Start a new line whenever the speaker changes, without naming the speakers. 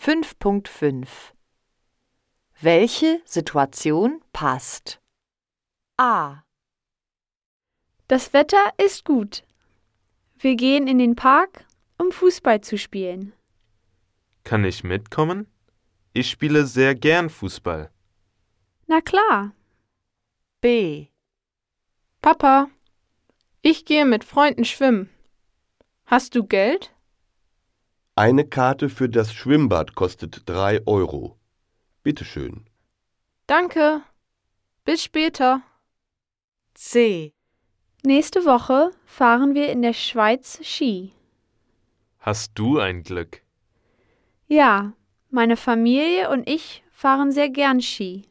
5.5 Welche Situation passt? A.
Das Wetter ist gut. Wir gehen in den Park, um Fußball zu spielen.
Kann ich mitkommen? Ich spiele sehr gern Fußball.
Na klar.
B.
Papa, ich gehe mit Freunden schwimmen. Hast du Geld?
Eine Karte für das Schwimmbad kostet 3 Euro. Bitteschön.
Danke. Bis später.
C.
Nächste Woche fahren wir in der Schweiz Ski.
Hast du ein Glück?
Ja, meine Familie und ich fahren sehr gern Ski.